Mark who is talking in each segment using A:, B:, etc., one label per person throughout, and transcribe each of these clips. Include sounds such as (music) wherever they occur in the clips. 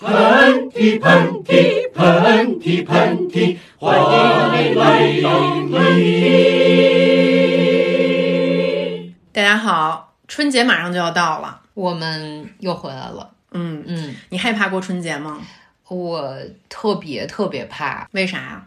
A: 喷嚏喷嚏喷嚏喷嚏，欢迎你来喷嚏！
B: 大家好，春节马上就要到了，
C: 我们又回来了。
B: 嗯，
C: 嗯，
B: 你害怕过春节吗？
C: 我特别特别怕，
B: 为啥呀？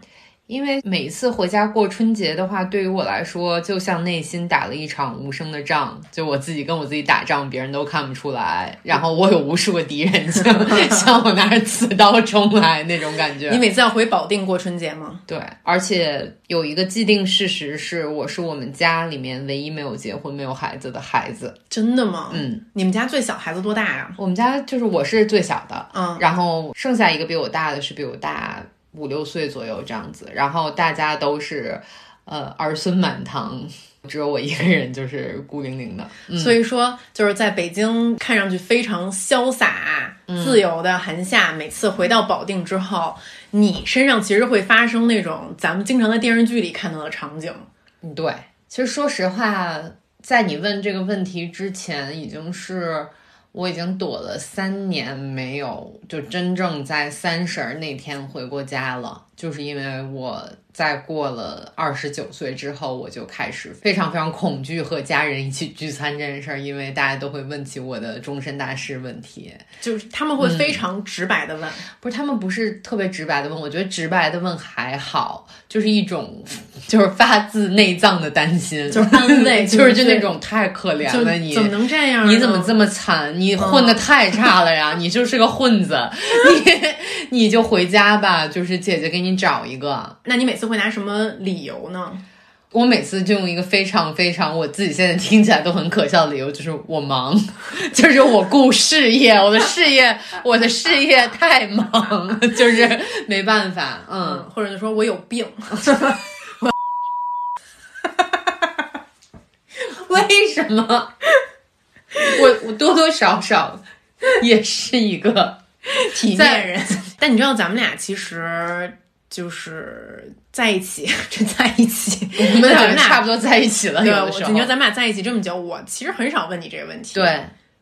C: 因为每次回家过春节的话，对于我来说，就像内心打了一场无声的仗，就我自己跟我自己打仗，别人都看不出来。然后我有无数个敌人， (laughs) 像像我拿着刺刀冲来那种感觉。
B: 你每次要回保定过春节吗？
C: 对，而且有一个既定事实是，我是我们家里面唯一没有结婚、没有孩子的孩子。
B: 真的吗？
C: 嗯，
B: 你们家最小孩子多大呀？
C: 我们家就是我是最小的，
B: 嗯，
C: 然后剩下一个比我大的是比我大五六岁左右这样子，然后大家都是呃儿孙满堂，只有我一个人就是孤零零的。嗯，
B: 所以说就是在北京看上去非常潇洒、
C: 嗯
B: 自由的寒夏，每次回到保定之后，你身上其实会发生那种咱们经常在电视剧里看到的场景。
C: 嗯对，其实说实话，在你问这个问题之前，已经是。我已经躲了三年，没有就真正在三十儿那天回过家了，就是因为我在过了二十九岁之后，我就开始非常非常恐惧和家人一起聚餐这件事儿，因为大家都会问起我的终身大事问题。
B: 就是他们会非常直白的问，
C: 不是他们不是特别直白的问，我觉得直白的问还好，就是一种就是发自内脏的担心，
B: 就是安
C: (laughs)
B: 慰
C: 就是就
B: 对
C: 啊那种太可怜
B: 就
C: 了你，
B: 怎么能这样呢？嗯
C: 你怎么这么惨？你混的太差了呀！你就是个混子， (laughs) 你你就回家吧，就是姐姐给你找一个。
B: 那你每次会拿什么理由呢？
C: 我每次就用一个非常非常我自己现在听起来都很可笑的理由，就是我忙， (laughs) 就是我顾事业，我的事业， (laughs) 我的事业太忙 (laughs) 了，就是没办法，嗯，
B: 嗯，或者就说我有病，
C: 为什么？我我多多少少也是一个
B: 体
C: 在
B: 面
C: (laughs)
B: 人。但你知道，咱们俩其实就是在一起， (laughs) 这在一起，
C: 我们
B: 咱
C: 俩
B: 们
C: 差
B: 俩
C: 不多在一起了，
B: 对，
C: 有的
B: 我
C: 时
B: 你
C: 候
B: 知道咱们俩在一起这么久，我其实很少问你这个问题，，
C: 对。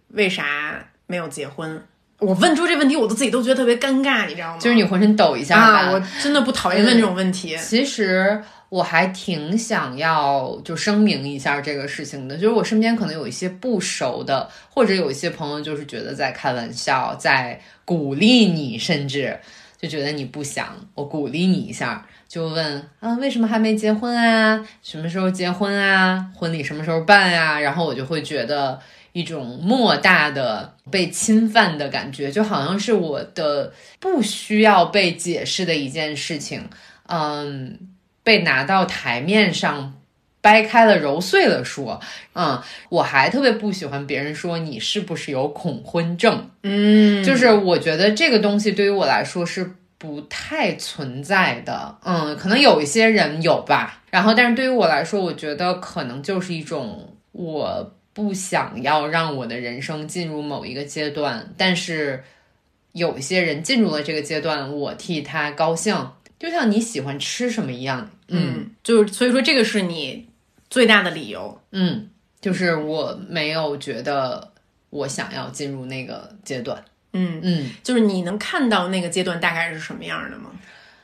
B: 为啥没有结婚？我问出这问题，我都自己都觉得特别尴尬，你知道吗？
C: 就是你浑身抖一下吧。
B: 啊，我真的不讨厌问这种问题。
C: 其实我还挺想要就声明一下这个事情的，就是我身边可能有一些不熟的，或者有一些朋友就是觉得在开玩笑，在鼓励你，甚至就觉得你不想，我鼓励你一下。就问啊，为什么还没结婚啊？什么时候结婚啊？婚礼什么时候办啊？然后我就会觉得一种莫大的被侵犯的感觉，就好像是我的不需要被解释的一件事情，嗯，被拿到台面上掰开了揉碎了说，嗯，我还特别不喜欢别人说你是不是有恐婚症，
B: 嗯，
C: 就是我觉得这个东西对于我来说是不太存在的，嗯，可能有一些人有吧，然后但是对于我来说，我觉得可能就是一种我不想要让我的人生进入某一个阶段，但是有一些人进入了这个阶段，我替他高兴，就像你喜欢吃什么一样，嗯
B: 嗯，就是所以说这个是你最大的理由。
C: 嗯，就是我没有觉得我想要进入那个阶段，
B: 嗯，
C: 嗯。
B: 就是你能看到那个阶段大概是什么样的吗？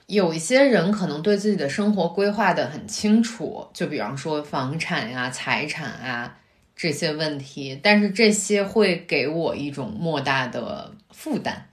C: 有一些人可能对自己的生活规划的很清楚，就比方说房产呀、财产啊这些问题，但是这些会给我一种莫大的负担。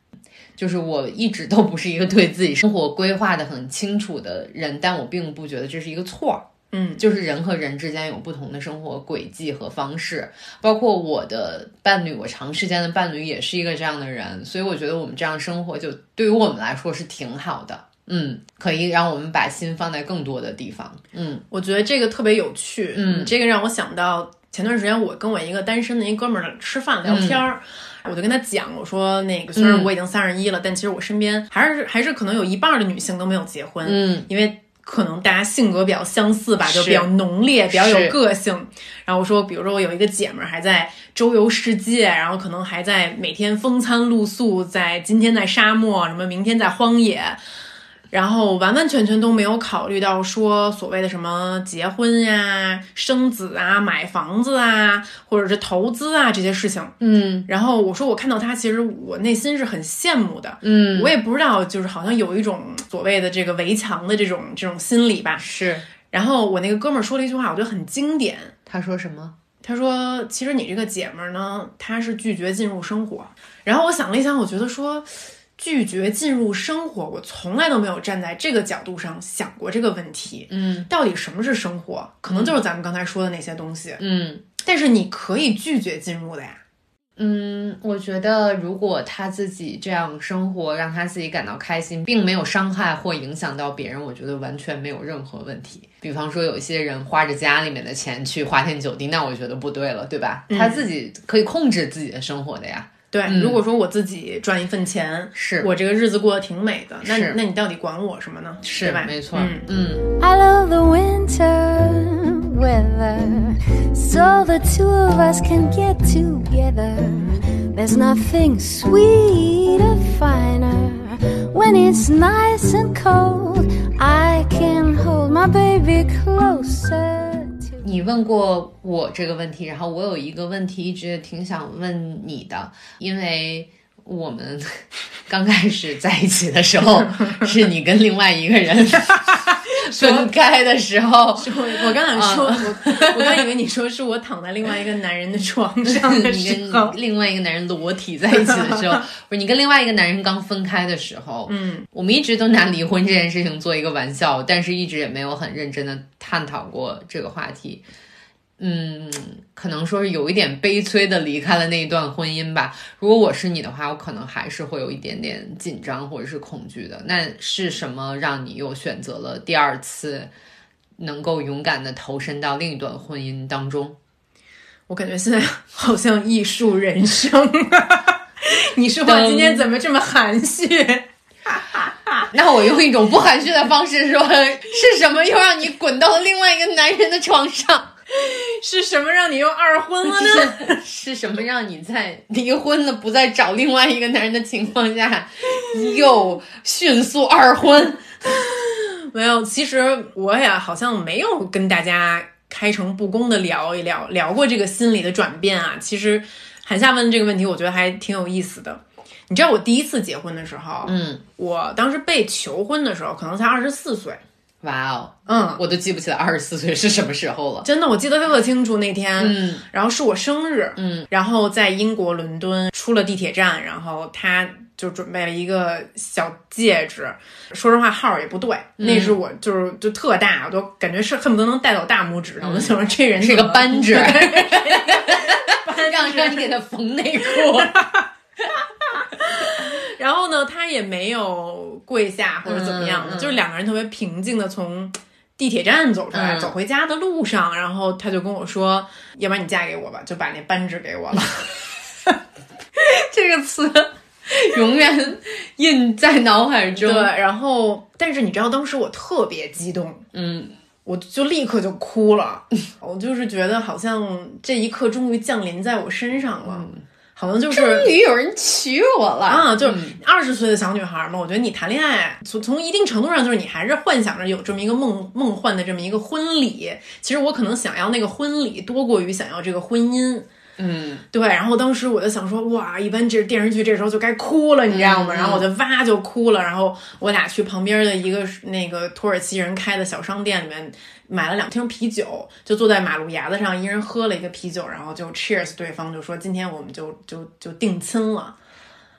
C: 就是我一直都不是一个对自己生活规划的很清楚的人，但我并不觉得这是一个错儿。
B: 嗯，
C: 就是人和人之间有不同的生活轨迹和方式，包括我的伴侣，我长时间的伴侣也是一个这样的人，所以我觉得我们这样生活就对于我们来说是挺好的，嗯，可以让我们把心放在更多的地方，嗯
B: 我觉得这个特别有趣。
C: 嗯
B: 你这个让我想到前段时间我跟我一个单身的一哥们儿吃饭聊天儿。我就跟他讲，我说那个虽然
C: 嗯
B: 我已经三十一了，但其实我身边还是还是可能有一半儿的女性都没有结婚，
C: 嗯
B: 因为可能大家性格比较相似吧，
C: 是
B: 就比较浓烈，比较
C: 是
B: 有个性。然后我说，比如说我有一个姐们儿还在周游世界，然后可能还在每天风餐露宿，在今天在沙漠，什么明天在荒野。然后完完全全都没有考虑到说所谓的什么结婚呀、生子啊、买房子啊，或者是投资啊这些事情。
C: 嗯
B: 然后我说我看到他，其实我内心是很羡慕的。
C: 嗯，
B: 我也不知道，就是好像有一种所谓的这个围墙的这种这种心理吧。
C: 是
B: 然后我那个哥们儿说了一句话，我觉得很经典。
C: 他说什么？
B: 他说：“其实你这个姐们儿呢，她是拒绝进入生活。”然后我想了一想，我觉得说拒绝进入生活，我从来都没有站在这个角度上想过这个问题。
C: 嗯
B: 到底什么是生活？可能就是咱们刚才说的那些东西。
C: 嗯
B: 但是你可以拒绝进入的呀。
C: 嗯，我觉得如果他自己这样生活，让他自己感到开心，并没有伤害或影响到别人，我觉得完全没有任何问题。比方说，有一些人花着家里面的钱去花天酒地，那我觉得不对了，对吧？他
B: 嗯
C: 自己可以控制自己的生活的呀。
B: 对，
C: 嗯
B: 如果说我自己赚一份钱，
C: 是
B: 我这个日子过得挺美的，那
C: 是
B: 那你到底管我什么呢？
C: 是
B: 对吧？
C: 没错
B: 嗯，
C: 嗯
D: I love the winter weather so the two of us can get together. There's nothing sweeter, finer when it's nice and cold. I can hold my baby closer to
C: 你问过我这个问题，然后我有一个问题一直挺想问你的，因为我们刚开始在一起的
B: (laughs)
C: 时候，是你跟另外一个人分开的时候，
B: 我我刚想
C: 啊
B: 说，我 (laughs) 我刚以为你说是我躺在另外一个男人的床上的
C: (laughs) 你
B: 时
C: 跟
B: 候，
C: 另外一个男人裸体在一起的时候，不是你跟另外一个男人刚分开的时候，
B: 嗯，
C: 我们一直都拿离婚这件事情做一个玩笑，但是一直也没有很认真的探讨过这个话题。嗯，可能说是有一点悲催的离开了那一段婚姻吧。如果我是你的话，我可能还是会有一点点紧张或者是恐惧的。那是什么让你又选择了第二次，能够勇敢的投身到另一段婚姻当中？ (laughs)
B: 我感觉现在好像艺术人生。啊 (laughs) 你说话今天怎么这么含蓄？ (laughs)
C: 那我用一种不含蓄的方式说，是什么又让你滚到了另外一个男人的床上？
B: 是什么让你又二婚了呢？
C: (laughs) 是是什么让你在离婚的不再找另外一个男人的情况下，又迅速二婚？
B: 没有，其实我也好像没有跟大家开诚布公的聊一聊聊过这个心理的转变啊。其实韩夏问这个问题，我觉得还挺有意思的。你知道我第一次结婚的时候，
C: 嗯，
B: 我当时被求婚的时候，可能才二十四岁。
C: 哇哦，
B: 嗯，
C: 我都记不起来二十四岁是什么时候了。
B: 真的，我记得特清楚那天，
C: 嗯
B: 然后是我生日，
C: 嗯，
B: 然后在英国伦敦出了地铁站，然后他就准备了一个小戒指，说实话号儿也不对，
C: 嗯
B: 那是我就是就特大，我都感觉是恨不得能戴到大拇指上，我就想说这人
C: 嗯是个
B: 怎么
C: 扳指， (laughs)
B: 扳
C: 让
B: 指
C: 让你给他缝内裤。
B: 然后呢，他也没有跪下或者怎么样的，
C: 嗯嗯
B: 就是两个人特别平静的从地铁站走出来，
C: 嗯
B: 走回家的路上，然后他就跟我说：“要不然你嫁给我吧，就把那扳指给我了。
C: 这个词永远印在脑海”
B: 对，
C: 中。
B: 然后但是你知道，当时我特别激动，
C: 嗯，
B: 我就立刻就哭
C: (laughs)
B: 了，我就是觉得好像这一刻终于降临在我身上了，好像就是
C: 嗯终于有人娶我了嗯
B: 啊，就是二十岁的小女孩嘛，我觉得你谈恋爱，从从一定程度上，就是你还是幻想着有这么一个梦梦幻的这么一个婚礼。其实我可能想要那个婚礼多过于想要这个婚姻，
C: 嗯，
B: 对。然后当时我就想说，哇，一般这电视剧这时候就该哭了，你知道吗？
C: 嗯嗯
B: 然后我就哇就哭了。然后我俩去旁边的一个那个土耳其人开的小商店里面买了两听啤酒，就坐在马路牙子上，一人喝了一个啤酒，然后就 cheers 对方，就说今天我们就就就定亲了。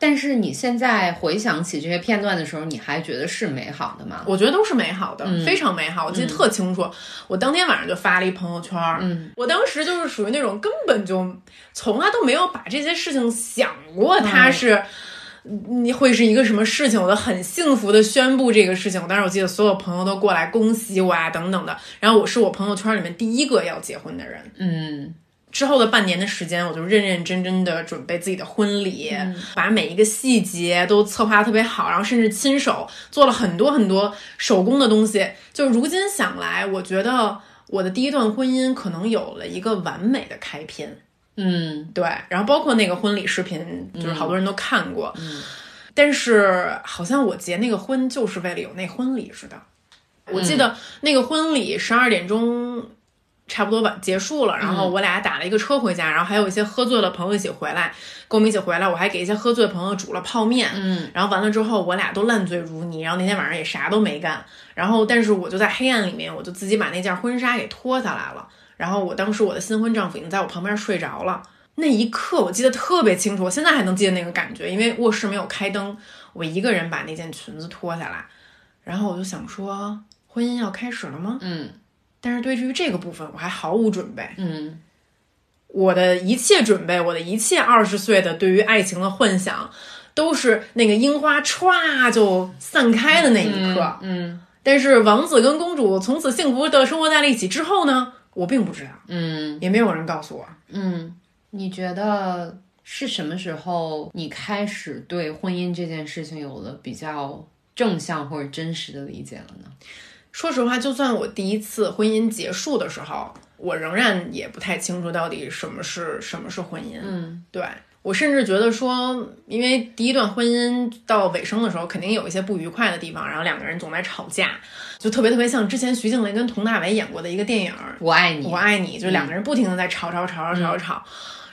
C: 但是你现在回想起这些片段的时候，你还觉得是美好的吗？
B: 我觉得都是美好的，非常美好。我记得特清楚，我当天晚上就发了一朋友圈。嗯，我当时就是属于那种根本就从来都没有把这些事情想过，它是。你会是一个什么事情？我都很幸福的宣布这个事情。我当时我记得所有朋友都过来恭喜我啊，等等的。然后我是我朋友圈里面第一个要结婚的人。
C: 嗯
B: 之后的半年的时间，我就认认真真的准备自己的婚礼，把每一个细节都策划得特别好，然后甚至亲手做了很多很多手工的东西。就如今想来，我觉得我的第一段婚姻可能有了一个完美的开篇。
C: 嗯
B: 对，然后包括那个婚礼视频，就是好多人都看过。但是好像我结那个婚就是为了有那婚礼似的。我记得那个婚礼十二点钟差不多吧结束了，然后我俩打了一个车回家，然后还有一些喝醉的朋友一起回来，跟我们一起回来，我还给一些喝醉的朋友煮了泡面，嗯，然后完了之后我俩都烂醉如泥，然后那天晚上也啥都没干，然后但是我就在黑暗里面，我就自己把那件婚纱给脱下来了，然后我当时我的新婚丈夫已经在我旁边睡着了。那一刻我记得特别清楚，我现在还能记得那个感觉，因为卧室没有开灯，我一个人把那件裙子脱下来，然后我就想说，婚姻要开始了吗？
C: 嗯
B: 但是对于这个部分，我还毫无准备。
C: 嗯
B: 我的一切准备，我的一切二十岁的对于爱情的幻想，都是那个樱花歘就散开的那一刻。
C: 嗯
B: 但是王子跟公主从此幸福的生活在了一起之后呢，我并不知道，
C: 嗯
B: 也没有人告诉我。
C: 嗯，你觉得是什么时候你开始对婚姻这件事情有了比较正向或者真实的理解了呢？
B: 说实话，就算我第一次婚姻结束的时候，我仍然也不太清楚到底什么是什么是婚姻。
C: 嗯，
B: 对我甚至觉得说，因为第一段婚姻到尾声的时候，肯定有一些不愉快的地方，然后两个人总在吵架，就特别特别像之前徐静蕾跟佟大为演过的一个电影儿
C: 我爱你，嗯
B: 《我爱你》，就两个人不停的在吵吵吵吵吵吵。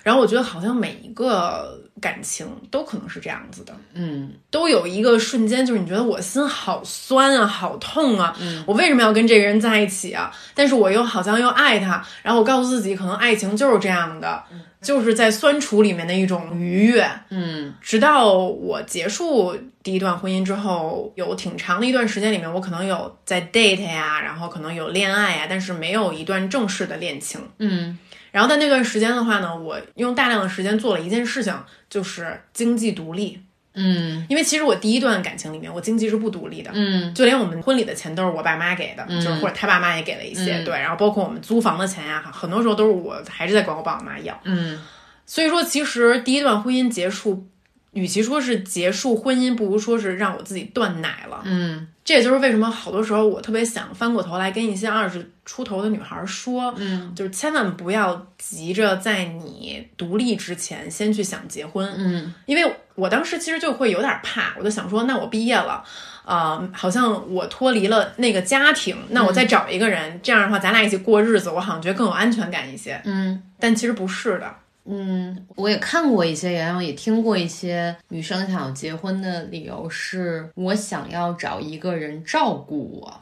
B: 然后我觉得好像每一个感情都可能是这样子的，
C: 嗯
B: 都有一个瞬间，就是你觉得我心好酸啊，好痛啊，
C: 嗯
B: 我为什么要跟这个人在一起啊？但是我又好像又爱他，然后我告诉自己，可能爱情就是这样的，就是在酸楚里面的一种愉悦。
C: 嗯
B: 直到我结束第一段婚姻之后，有挺长的一段时间里面，我可能有在 date 呀、然后可能有恋爱呀、但是没有一段正式的恋情。
C: 嗯
B: 然后在那段时间的话呢，我用大量的时间做了一件事情，就是经济独立。
C: 嗯
B: 因为其实我第一段感情里面，我经济是不独立的，
C: 嗯
B: 就连我们婚礼的钱都是我爸妈给的，就是或者他爸妈也给了一些，
C: 嗯
B: 对，然后包括我们租房的钱呀、很多时候都是我还是在管我爸我妈要。
C: 嗯
B: 所以说，其实第一段婚姻结束，与其说是结束婚姻，不如说是让我自己断奶了。
C: 嗯
B: 这也就是为什么好多时候我特别想翻过头来跟一些二十出头的女孩说，嗯，就是千万不要急着在你独立之前先去想结婚，
C: 嗯
B: 因为我当时其实就会有点怕，我就想说，那我毕业了，呃，好像我脱离了那个家庭，那我再找一个人，这样的话咱俩一起过日子，我好像觉得更有安全感一些。
C: 嗯
B: 但其实不是的，
C: 嗯，我也看过一些，然后也听过一些女生想要结婚的理由是，我想要找一个人照顾我。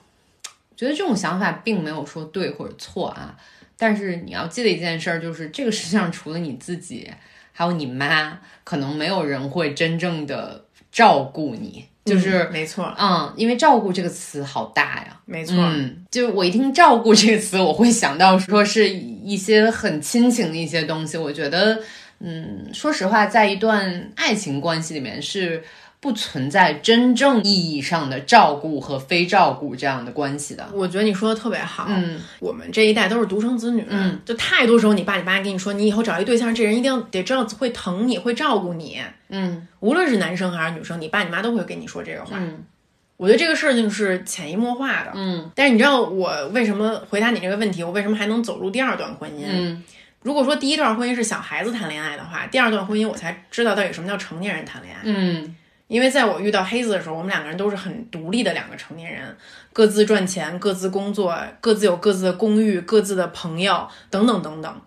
C: 觉得这种想法并没有说对或者错啊，但是你要记得一件事儿，就是这个世界上除了你自己，还有你妈，可能没有人会真正的照顾你。就是
B: 嗯，没错，
C: 嗯，因为“照顾”这个词好大呀，
B: 没错，
C: 嗯，就我一听“照顾”这个词，我会想到说是一些很亲情的一些东西。我觉得，嗯，说实话，在一段爱情关系里面是不存在真正意义上的照顾和非照顾这样的关系的。
B: 我觉得你说的特别好。
C: 嗯，
B: 我们这一代都是独生子女，
C: 嗯，
B: 就太多时候你爸你妈跟你说，你以后找一对象，这人一定要得知道会疼你，会照顾你。
C: 嗯
B: 无论是男生还是女生，你爸你妈都会跟你说这个话。
C: 嗯
B: 我觉得这个事情是潜移默化的。
C: 嗯
B: 但是你知道我为什么回答你这个问题？我为什么还能走入第二段婚姻？
C: 嗯
B: 如果说第一段婚姻是小孩子谈恋爱的话，第二段婚姻我才知道到底什么叫成年人谈恋爱。
C: 嗯
B: 因为在我遇到黑子的时候，我们两个人都是很独立的两个成年人，各自赚钱，各自工作，各自有各自的公寓、各自的朋友等等等等。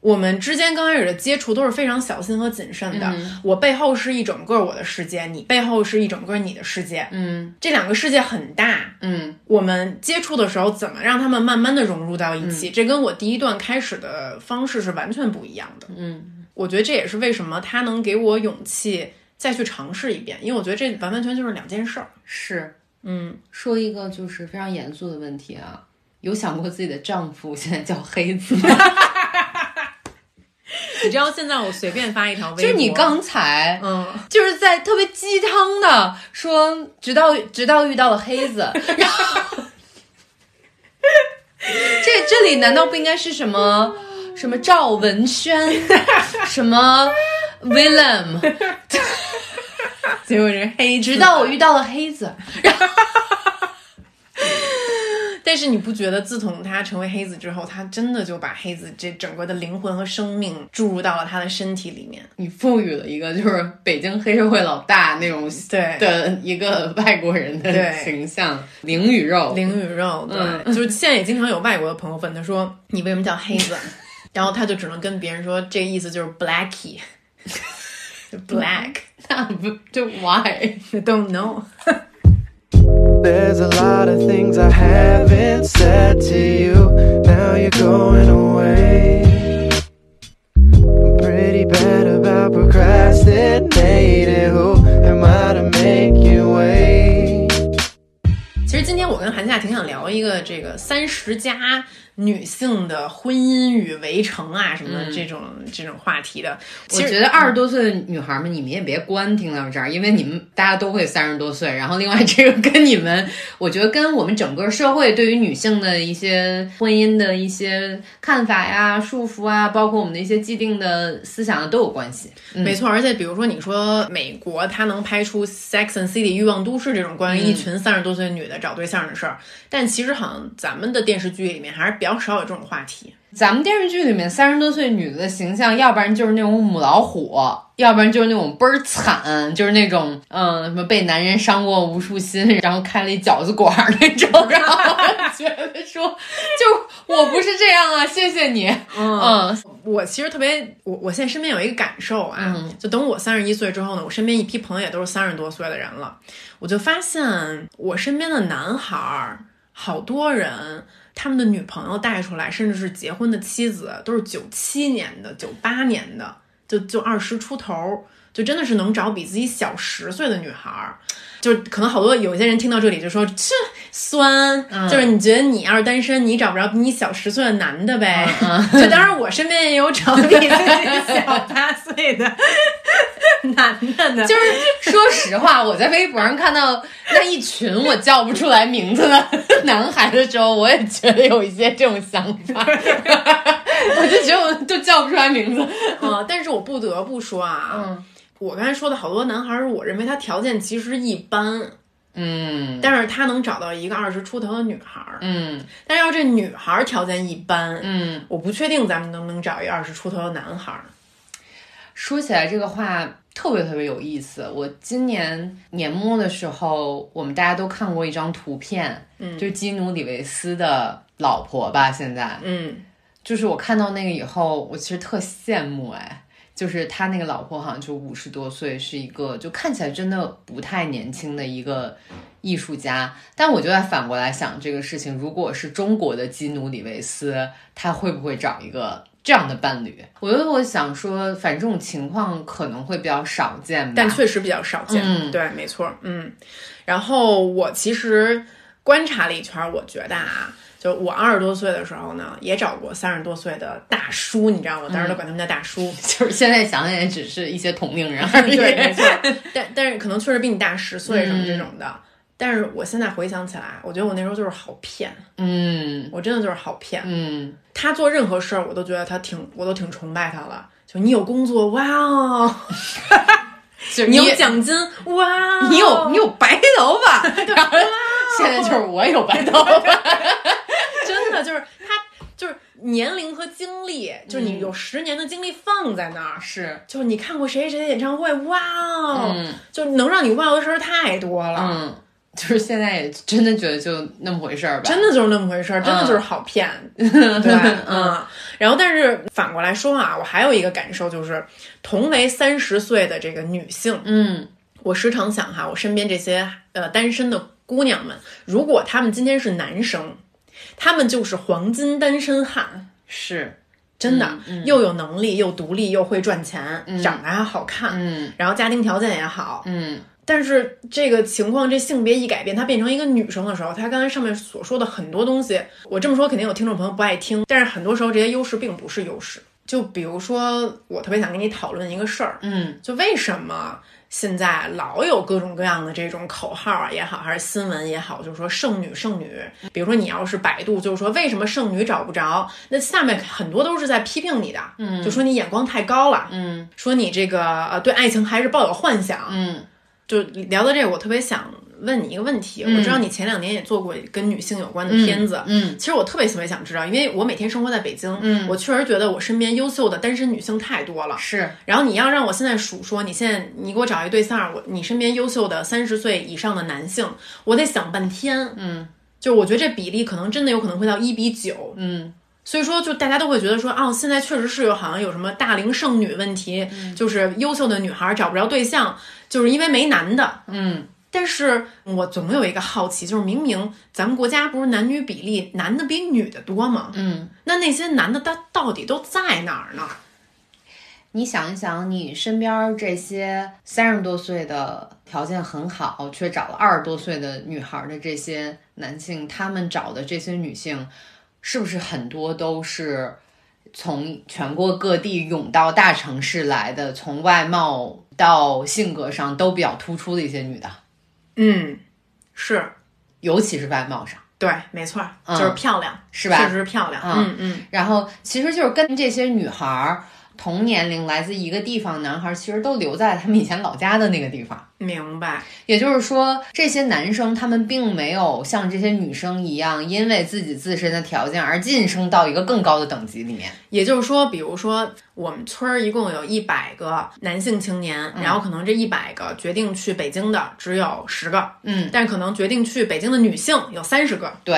B: 我们之间刚开始的接触都是非常小心和谨慎的。我背后是一整个我的世界，你背后是一整个你的世界，
C: 嗯
B: 这两个世界很大。
C: 嗯
B: 我们接触的时候，怎么让他们慢慢的融入到一起？这跟我第一段开始的方式是完全不一样的。
C: 嗯
B: 我觉得这也是为什么他能给我勇气再去尝试一遍，因为我觉得这完完全就是两件事儿。
C: 是。
B: 嗯，
C: 说一个就是非常严肃的问题啊，有想过自己的丈夫现在叫黑子吗？
B: 你知道现在我随便发一条微博，
C: 就是你刚才，
B: 嗯，
C: 就是在特别鸡汤的说，直到直到遇到了黑子，
B: (laughs)
C: 然后这这里难道不应该是什么什么赵
B: (laughs)
C: 文轩，什么 Willem？
B: 结果是黑，
C: 直到我遇到了黑子，
B: 但是你不觉得，自从他成为黑子之后，他真的就把黑子这整个的灵魂和生命注入到了他的身体里面？
C: 你赋予了一个就是北京黑社会老大那种
B: 对
C: 的一个外国人的
B: 对
C: 形象，灵与肉，
B: 灵与肉，对，
C: 嗯
B: 就是现在也经常有外国的朋友问他说：“你为什么叫黑子？”然后他就只能跟别人说，这个意思就是 blacky，就 black。
C: 那 (laughs) 不就 why？
B: I don't know。 (laughs)
E: There's a lot of things I haven't said to you. Now you're going away. I'm pretty bad about procrastinating. Who am I to make you wait?
B: 其实今天我跟韩夏挺想聊一个这个三十加女性的婚姻与围城啊什么的这种、这种话题的。
C: 嗯我
B: 其
C: 觉
B: 实嗯
C: 得二十多岁的女孩们，你们也别光听到这儿，因为你们大家都会三十多岁。然后另外这个跟你们，我觉得跟我们整个社会对于女性的一些婚姻的一些看法呀、束缚啊，包括我们的一些既定的思想啊都有关系。
B: 没错，而且比如说，你说美国它能拍出《Sex and City》欲望都市这种关于一群三十多岁女的找对象的事儿，但其实好像咱们的电视剧里面还是比较少有这种话题。
C: 咱们电视剧里面三十多岁女的形象，要不然就是那种母老虎，要不然就是那种倍儿惨，就是那种嗯什么被男人伤过无数心，然后开了一饺子馆儿那种。然后我觉得说，就我不是这样啊，谢谢你。嗯，
B: 我其实特别，我我现在身边有一个感受啊，就等我三十一岁之后呢，我身边一批朋友也都是三十多岁的人了，我就发现我身边的男孩儿，好多人他们的女朋友带出来，甚至是结婚的妻子，都是九七年的、九八年的，就就二十出头儿。就真的是能找比自己小十岁的女孩儿，就是可能好多有些人听到这里就说这酸，就是你觉得你要是单身，你找不着比你小十岁的男的呗。 (laughs) 就当然我身边也有找比自己小八岁的男的的，
C: 就是说实话，我在微博上看到那一群我叫不出来名字的男孩的时候，我也觉得有一些这种想法，我就觉得我都叫不出来名字。
B: 嗯，但是我不得不说啊，
C: 嗯
B: 我刚才说的好多男孩儿，我认为他条件其实一般，
C: 嗯
B: 但是他能找到一个二十出头的女孩儿。
C: 嗯
B: 但是要这女孩儿条件一般，
C: 嗯。
B: 我不确定咱们能不能找一二十出头的男孩儿。
C: 说起来这个话特别特别有意思。我今年年末的时候，我们大家都看过一张图片，嗯，就是基努里维斯的老婆吧，现在，
B: 嗯，
C: 就是我看到那个以后，我其实特羡慕哎，就是他那个老婆好像就五十多岁，是一个就看起来真的不太年轻的一个艺术家。但我就在反过来想这个事情，如果是中国的基努里维斯，他会不会找一个？这样的伴侣，我就我想说，反正这种情况可能会比较少见吧。
B: 但确实比较少见。
C: 嗯
B: 对，没错。嗯，然后我其实观察了一圈儿，我觉得啊，就我二十多岁的时候呢，也找过三十多岁的大叔，你知道吗？我
C: 嗯
B: 当时都管他们叫大
C: (laughs)
B: 叔。
C: 就是 (laughs) 现在想想，也只是一些同龄人而
B: (laughs)
C: 已。
B: 对，没
C: (laughs)
B: 错。但但是可能确实比你大十岁什么
C: 嗯
B: 这种的。但是我现在回想起来，我觉得我那时候就是好骗，
C: 嗯
B: 我真的就是好骗。
C: 嗯，
B: 他做任何事儿，我都觉得他挺，我都挺崇拜他了。就你有工作，哇哦！
C: 就
B: 你
C: (laughs) 你
B: 有奖金，哇哦！
C: 你有你有白头
B: (laughs)
C: 发，然后现在就是我有白头发，
B: 真的就是他就是年龄和经历，就是
C: 嗯
B: 你有十年的经历放在那儿，
C: 是，
B: 就是你看过谁谁谁的演唱会，哇哦！
C: 嗯
B: 就能让你哇哦的事儿太多了。
C: 嗯，就是现在也真的觉得就那么回事儿吧，嗯
B: 真的就是那么回事儿，真的就是好骗，
C: (laughs)
B: 对，嗯。然后，但是反过来说啊，我还有一个感受就是，同为三十岁的这个女性，
C: 嗯
B: 我时常想哈，我身边这些呃单身的姑娘们，如果她们今天是男生，她们就是黄金单身汉，
C: 是，
B: 真的，
C: 嗯
B: 又有能力，又独立，又会赚钱，长得还好看，
C: 嗯
B: 然后家庭条件也好，
C: 嗯
B: 但是这个情况，这性别一改变，她变成一个女生的时候，她刚才上面所说的很多东西，我这么说肯定有听众朋友不爱听，但是很多时候这些优势并不是优势。就比如说，我特别想跟你讨论一个事儿，
C: 嗯
B: 就为什么现在老有各种各样的这种口号啊也好，还是新闻也好，就是说剩女剩女。比如说你要是百度，就是说为什么剩女找不着，那下面很多都是在批评你的，嗯，就说你眼光太高了，
C: 嗯
B: 说你这个呃对爱情还是抱有幻想，
C: 嗯
B: 就聊到这个，我特别想问你一个问题，
C: 嗯
B: 我知道你前两年也做过跟女性有关的片子，
C: 嗯
B: 其实我特别特别想知道，因为我每天生活在北京，
C: 嗯
B: 我确实觉得我身边优秀的单身女性太多了。
C: 是
B: 然后你要让我现在数说，你现在你给我找一对象，我你身边优秀的三十岁以上的男性，我得想半天。
C: 嗯，
B: 就我觉得这比例可能真的有可能会到一比九。
C: 嗯，
B: 所以说就大家都会觉得说，哦，现在确实是有好像有什么大龄剩女问题，
C: 嗯
B: 就是优秀的女孩找不着对象，就是因为没男的。
C: 嗯，
B: 但是我总有一个好奇，就是明明咱们国家不是男女比例，男的比女的多吗？
C: 嗯，
B: 那那些男的他到底都在哪儿呢？
C: 你想一想，你身边儿这些三十多岁的条件很好，却找了二十多岁的女孩儿的这些男性，他们找的这些女性，是不是很多都是从全国各地涌到大城市来的？从外貌到性格上都比较突出的一些女的，
B: 嗯，是
C: 尤其是外貌上。
B: 对，没错儿，
C: 嗯
B: 就是漂亮，
C: 是吧
B: 确实是漂亮。
C: 嗯
B: 嗯嗯，
C: 然后其实就是跟这些女孩儿同年龄、来自一个地方，男孩儿其实都留在他们以前老家的那个地方。
B: 明白。
C: 也就是说，这些男生他们并没有像这些女生一样，因为自己自身的条件而晋升到一个更高的等级里面。
B: 也就是说，比如说我们村儿一共有一百个男性青年，
C: 嗯
B: 然后可能这一百个决定去北京的只有十个，
C: 嗯，
B: 但可能决定去北京的女性有三十个，
C: 对，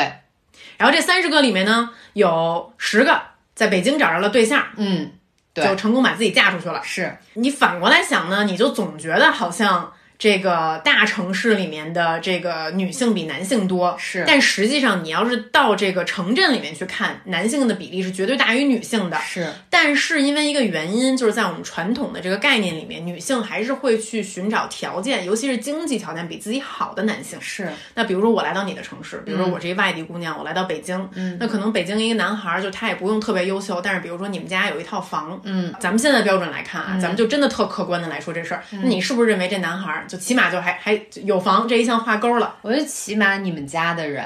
B: 然后这三十个里面呢，有十个在北京找着了对象，
C: 嗯，对
B: 就成功把自己嫁出去了。
C: 是，
B: 你反过来想呢，你就总觉得好像这个大城市里面的这个女性比男性多，
C: 是
B: 但实际上你要是到这个城镇里面去看，男性的比例是绝对大于女性的。
C: 是，
B: 但是因为一个原因，就是在我们传统的这个概念里面，女性还是会去寻找条件，尤其是经济条件比自己好的男性。
C: 是，
B: 那比如说我来到你的城市，比如说我是一外地姑娘，我来到北京，
C: 嗯
B: 那可能北京一个男孩儿，就他也不用特别优秀，但是比如说你们家有一套房，
C: 嗯，
B: 咱们现在标准来看啊，咱们就真的特客观的来说这事儿，
C: 嗯
B: 那你是不是认为这男孩儿就起码就还还有房这一项画勾了？
C: 我觉得起码你们家的人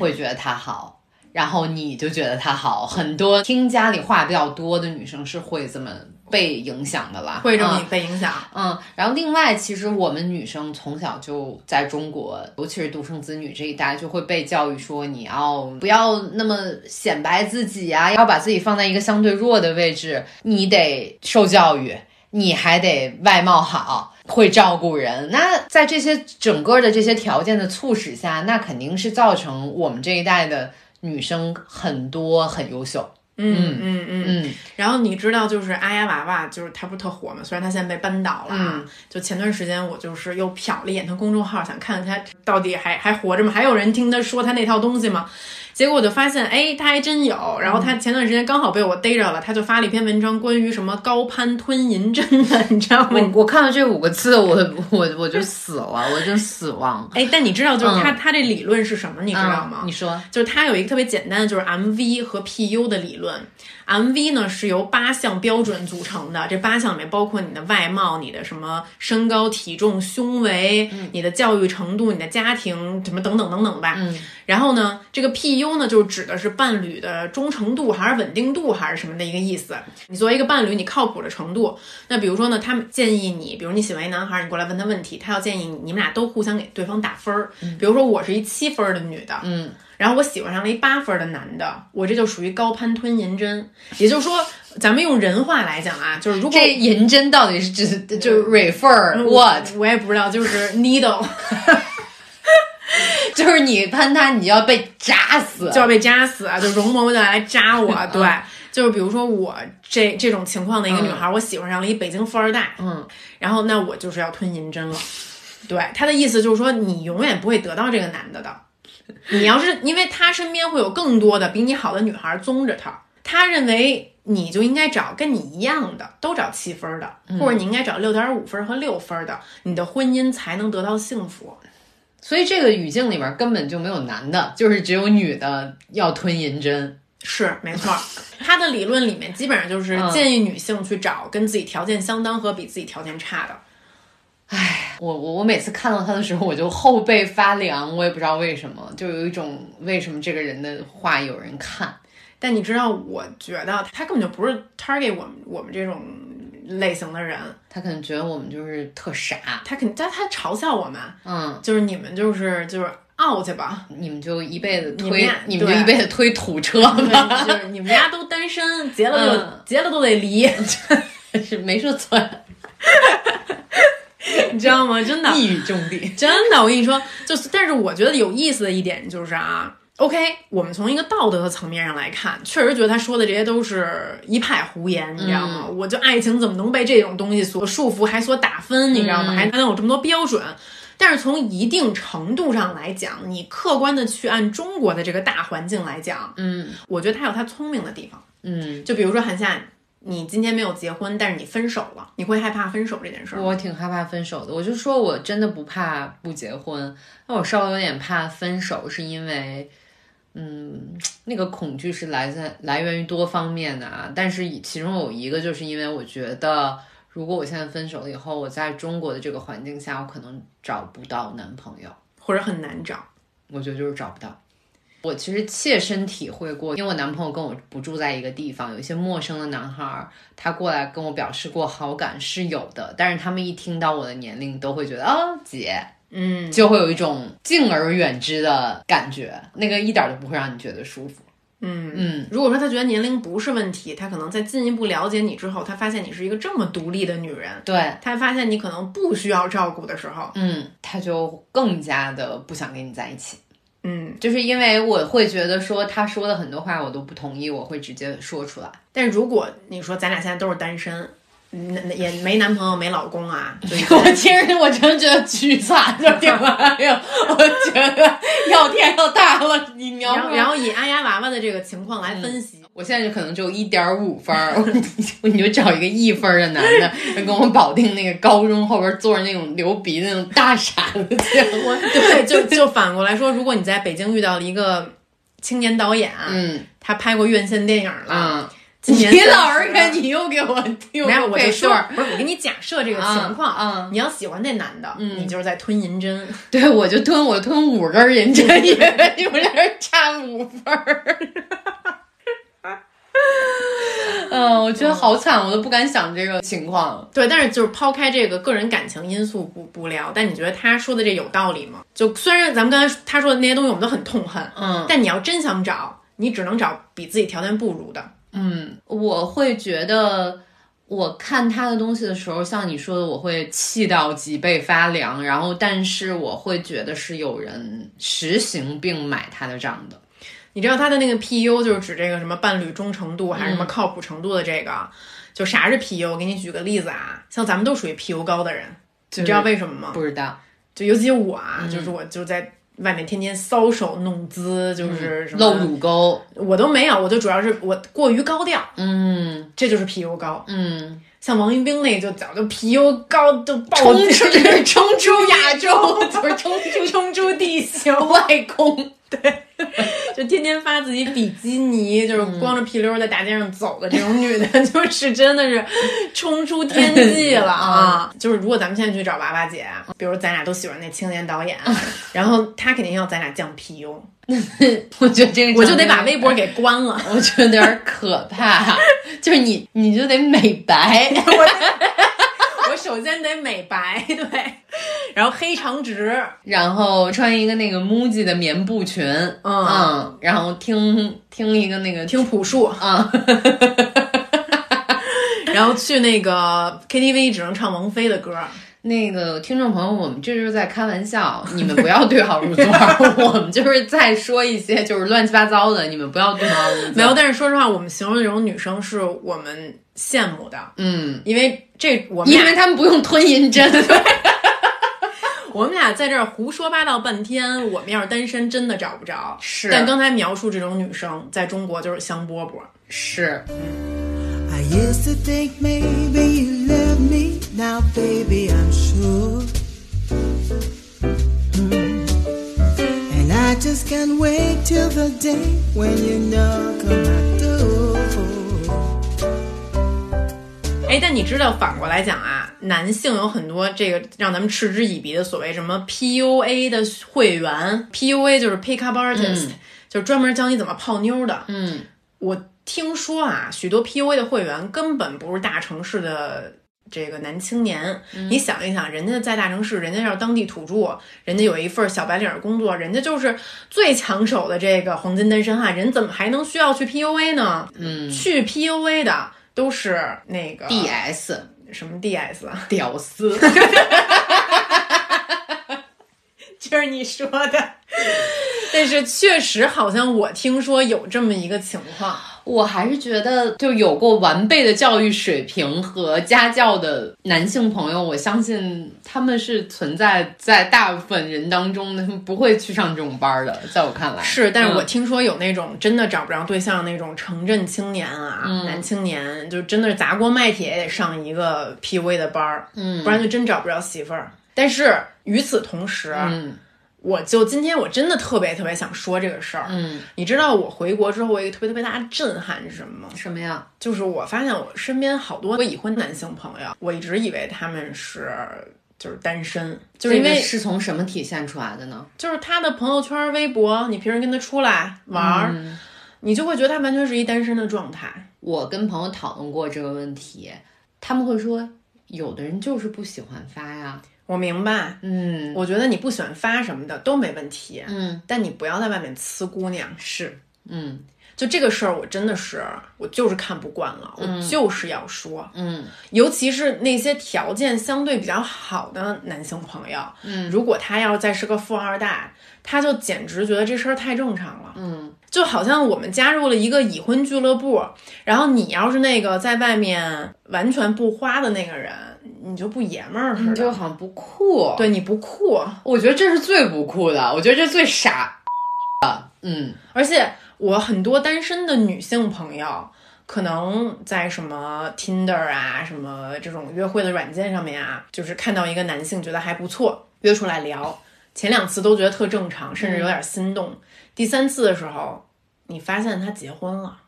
C: 会觉得他好，然后你就觉得他好。很多听家里话比较多的女生是会这么被影响的啦，
B: 会这么
C: 嗯
B: 被影响？
C: 嗯，然后另外，其实我们女生从小就在中国，尤其是独生子女这一代，就会被教育说你要不要那么显摆自己啊，要把自己放在一个相对弱的位置，你得受教育，你还得外貌好。会照顾人，那在这些整个的这些条件的促使下，那肯定是造成我们这一代的女生很多很优秀。
B: 嗯嗯嗯
C: 嗯
B: 然后你知道，就是阿呀娃娃，就是他不是特火嘛？虽然他现在被扳倒了啊，
C: 嗯
B: 就前段时间我就是又瞟了一眼他公众号，想看看他到底还还活着吗？还有人听他说他那套东西吗？结果我就发现，哎，他还真有。然后他
C: 嗯
B: 前段时间刚好被我逮着了，他就发了一篇文章，关于什么高攀吞银针的，你知道吗？
C: 我我看到这五个字，我我我就死了，我就死亡。
B: 哎，但你知道，就是他、
C: 嗯
B: 他这理论是什么？你
C: 你
B: 知道吗？
C: 啊你说，
B: 就是它有一个特别简单的，就是 MV 和 PU 的理论。MV 呢是由八项标准组成的，这八项里面包括你的外貌、你的什么身高、体重、胸围、
C: 嗯
B: 你的教育程度、你的家庭什么等等等等吧。
C: 嗯
B: 然后呢，这个 PU 呢就指的是伴侣的忠诚度还是稳定度还是什么的一个意思。你作为一个伴侣，你靠谱的程度。那比如说呢，他们建议你，比如你喜欢一男孩儿，你过来问他问题，他要建议你，你们俩都互相给对方打分儿。比如说我是一七分儿的女的，
C: 嗯，
B: 然后我喜欢上了一八分的男的，我这就属于高攀吞银针。也就是说，咱们用人话来讲啊，就是如果
C: 这银针到底是指就 refer
B: 嗯我
C: what？
B: 我也不知道，就是 needle
C: 就是你喷它，你就要被扎死。
B: 就要被扎死啊，就容嬷嬷就来扎我。对，就是比如说我这这种情况的一个女孩，我喜欢上了一北京富二代，
C: 嗯，
B: 然后那我就是要吞银针了。对，他的意思就是说，你永远不会得到这个男的的。你要是因为他身边会有更多的比你好的女孩宗着他，他认为你就应该找跟你一样的，都找七分儿的，或者你应该找六点五分儿和六分儿的，你的婚姻才能得到幸福。
C: 所以这个语境里面根本就没有男的，就是只有女的要吞银针。
B: 是没错儿，他的理论里面基本上就是
C: 嗯
B: 建议女性去找跟自己条件相当和比自己条件差的。
C: 我我我每次看到他的时候，我就后背发凉，我也不知道为什么，就有一种为什么这个人的话有人看。
B: 但你知道，我觉得他根本就不是 target 我们我们这种类型的人，
C: 他可能觉得我们就是特傻，
B: 他肯他他嘲笑我们，
C: 嗯，
B: 就是你们就是就是傲去吧， (laughs)
C: 你们就一辈子
B: 你们
C: 推
B: 俩，
C: 你们就
B: 对
C: 一辈子推土车吧，
B: 对就是你们家都单身，结了就、
C: 嗯
B: 结了都得离，
C: (laughs)
B: (laughs)
C: 是没说错，
B: 你知道吗？真的，
C: 一语中的。
B: 真的，我跟你说，就是，但是我觉得有意思的一点就是啊，OK，我们从一个道德的层面上来看，确实觉得他说的这些都是一派胡言，你知道
C: 嗯
B: 吗？我就爱情怎么能被这种东西所束缚，还所打分，你知
C: 嗯
B: 道吗？还还能有这么多标准？但是从一定程度上来讲，你客观的去按中国的这个大环境来讲，
C: 嗯
B: 我觉得他有他聪明的地方。
C: 嗯，
B: 就比如说韩夏，你今天没有结婚，但是你分手了，你会害怕分手这件事儿吗？
C: 我挺害怕分手的，我就说我真的不怕不结婚，那我稍微有点怕分手，是因为，嗯，那个恐惧是来自来源于多方面的啊，但是以其中有一个就是因为我觉得，如果我现在分手了以后，我在中国的这个环境下，我可能找不到男朋友，
B: 或者很难找。
C: 我觉得就是找不到。我其实切身体会过，因为我男朋友跟我不住在一个地方，有一些陌生的男孩儿，他过来跟我表示过好感是有的，但是他们一听到我的年龄，都会觉得啊、姐，
B: 嗯，
C: 就会有一种敬而远之的感觉，那个一点儿都不会让你觉得舒服。
B: 嗯
C: 嗯，
B: 如果说他觉得年龄不是问题，他可能在进一步了解你之后，他发现你是一个这么独立的女人，
C: 对，
B: 他发现你可能不需要照顾的时候，
C: 嗯，他就更加的不想跟你在一起。
B: 嗯，
C: 就是因为我会觉得说他说的很多话我都不同意，我会直接说出来。
B: 但如果你说咱俩现在都是单身，嗯也没男朋友没老公
C: (laughs)
B: 啊，就
C: 我听着我真觉得巨惨，就顶完了，哎我觉得要天要大了，你啊描
B: 然后然后以阿丫娃娃的这个情况来分
C: (laughs)
B: 析，
C: 我现在就可能只有一点五分儿， (laughs) 你就找一个一分儿的男的，跟我保定那个高中后边坐着那种流鼻子那种大傻子 (laughs) 结婚。
B: 对，就就反过来说，如果你在北京遇到了一个青年导演，啊
C: 嗯
B: 他拍过院线电影了，
C: 啊，
B: 今年
C: 你老
B: 30
C: 是看，你又给我又
B: 没有，我就
C: 配
B: 说
C: 对儿，
B: 不是，我给你假设这个
C: 啊
B: 情况，
C: 啊
B: 你要喜欢那男的，
C: 嗯
B: 你就是在吞银针，
C: (laughs) 对我就吞我吞五根儿银针，也你们俩差五分儿。 (laughs) 嗯，我觉得好惨，我都不敢想这个情况。
B: 对，但是就是抛开这个个人感情因素不不聊，但你觉得他说的这有道理吗？就虽然咱们刚才他说的那些东西我们都很痛恨，
C: 嗯
B: 但你要真想找，你只能找比自己条件不如的。
C: 嗯，我会觉得，我看他的东西的时候，像你说的，我会气到脊背发凉，然后但是我会觉得是有人实行并买他的账的。
B: 你知道他的那个 PU 就是指这个什么伴侣忠诚度还是什么靠谱程度的这个，就啥是 PU？我给你举个例子啊，像咱们都属于 PU 高的人，你
C: 就是
B: 知道为什么吗？
C: 不知道，
B: 就尤其我啊，
C: 嗯
B: 就是我就在外面天天搔首弄姿，就是什么
C: 嗯露乳沟，
B: 我都没有，我就主要是我过于高调，
C: 嗯
B: 这就是 PU 高。
C: 嗯，
B: 像王一冰那个就早就 PU 高就爆
C: 冲
B: 冲
C: 出
B: (laughs)
C: 冲出
B: 亚
C: 亚
B: 洲
C: 洲，就是冲出
B: 冲出地球，
C: 外公， (laughs)
B: 就天天发自己比基尼，就是
C: 嗯
B: 光着屁溜儿在大街上走的这种女的， (laughs) 就是真的是冲出天际了
C: (laughs) 嗯
B: 啊！就是如果咱们现在去找娃娃姐，啊比如咱俩都喜欢那青年导演，啊
C: 嗯
B: 然后她肯定要咱俩降 PU，
C: 我觉得这个
B: 我就得把微
C: 哎
B: 博给关了。
C: 我觉得有点可怕，就是你你就得美白， (laughs)
B: 我首先得美白，对，然后黑长直，
C: 然后穿一个那个 MUJI 的棉布裙，嗯然后听听一个那个
B: 听朴树，
C: 啊，
B: (laughs) 然后去那个 KTV 只能唱王菲的歌。
C: 那个听众朋友，我们这就是在开玩笑，你们不要对号入座， (laughs) 我们就是在说一些就是乱七八糟的，你们不要对号入座。
B: 没有，，但是说实话，我们形容这种女生是我们羡慕的，
C: 嗯，
B: 因为这我们
C: 因为
B: 俩
C: 他们不用吞银针， (laughs)
B: 我们俩在这儿胡说八道半天，我们要是单身真的找不着。
C: 是
B: 但刚才描述这种女生在中国就是香饽饽。
C: 是
F: I used to think maybe you love me. Now, baby, I'm sure. Mm. And I just can't wait till the day when you knock on my door.
B: 哎，但你知道反过来讲啊，男性有很多这个让咱们嗤之以鼻的所谓什么 PUA 的会员，PUA 就是 pick up artist，、就是专门教你怎么泡妞的。
C: 嗯
B: 嗯，我听说啊，许多 PUA 的会员根本不是大城市的这个男青年，你想一想，人家在大城市，人家要是当地土著，人家有一份小白领工作，人家就是最抢手的这个黄金单身汉，人怎么还能需要去 PUA 呢？嗯，去 PUA 的都是那个
C: DS
B: 什么 DS 啊，
C: 屌丝，
B: (laughs) 就是你说的。 (laughs) 但是确实，好像我听说有这么一个情况，
C: 我还是觉得就有过完备的教育水平和家教的男性朋友，我相信他们是存在在大部分人当中的，他们不会去上这种班儿的。在我看来
B: 是，但是我
C: 嗯
B: 听说有那种真的找不着对象那种城镇青年啊，男青年就真的是砸锅卖铁也得上一个 PUA 的班儿，嗯，不然就真找不着媳妇儿。但是与此同时，
C: 嗯
B: 我就今天我真的特别特别想说这个事儿，
C: 嗯，
B: 你知道我回国之后我有一个特别特别大的震撼是什么吗？
C: 什么呀？
B: 就是我发现我身边好多已婚男性朋友，我一直以为他们是就是单身，就是因
C: 这
B: 为
C: 个是从什么体现出来的呢？
B: 就是他的朋友圈、微博，你平时跟他出来玩儿，你就会觉得他完全是一单身的状态。
C: 我跟朋友讨论过这个问题，他们会说，有的人就是不喜欢发呀。
B: 我明白，
C: 嗯
B: 我觉得你不喜欢发什么的都没问题，
C: 嗯，
B: 但你不要在外面呲姑娘。
C: 是，嗯
B: 就这个事儿，我真的是我就是看不惯了，我就是要说，
C: 嗯
B: 尤其是那些条件相对比较好的男性朋友，嗯，如果他要再是个富二代，他就简直觉得这事儿太正常了，
C: 嗯，
B: 就好像我们加入了一个已婚俱乐部，然后你要是那个在外面完全不花的那个人，你就不爷们儿似
C: 你
B: 的，
C: 就好像不酷。，
B: 对你不酷，
C: 我觉得这是最不酷的，我觉得这最傻的。嗯
B: 而且我很多单身的女性朋友，可能在什么 Tinder 啊、什么这种约会的软件上面啊，就是看到一个男性觉得还不错，约出来聊，前两次都觉得特正常，甚至有点心动。第三次的时候，你发现他结婚了，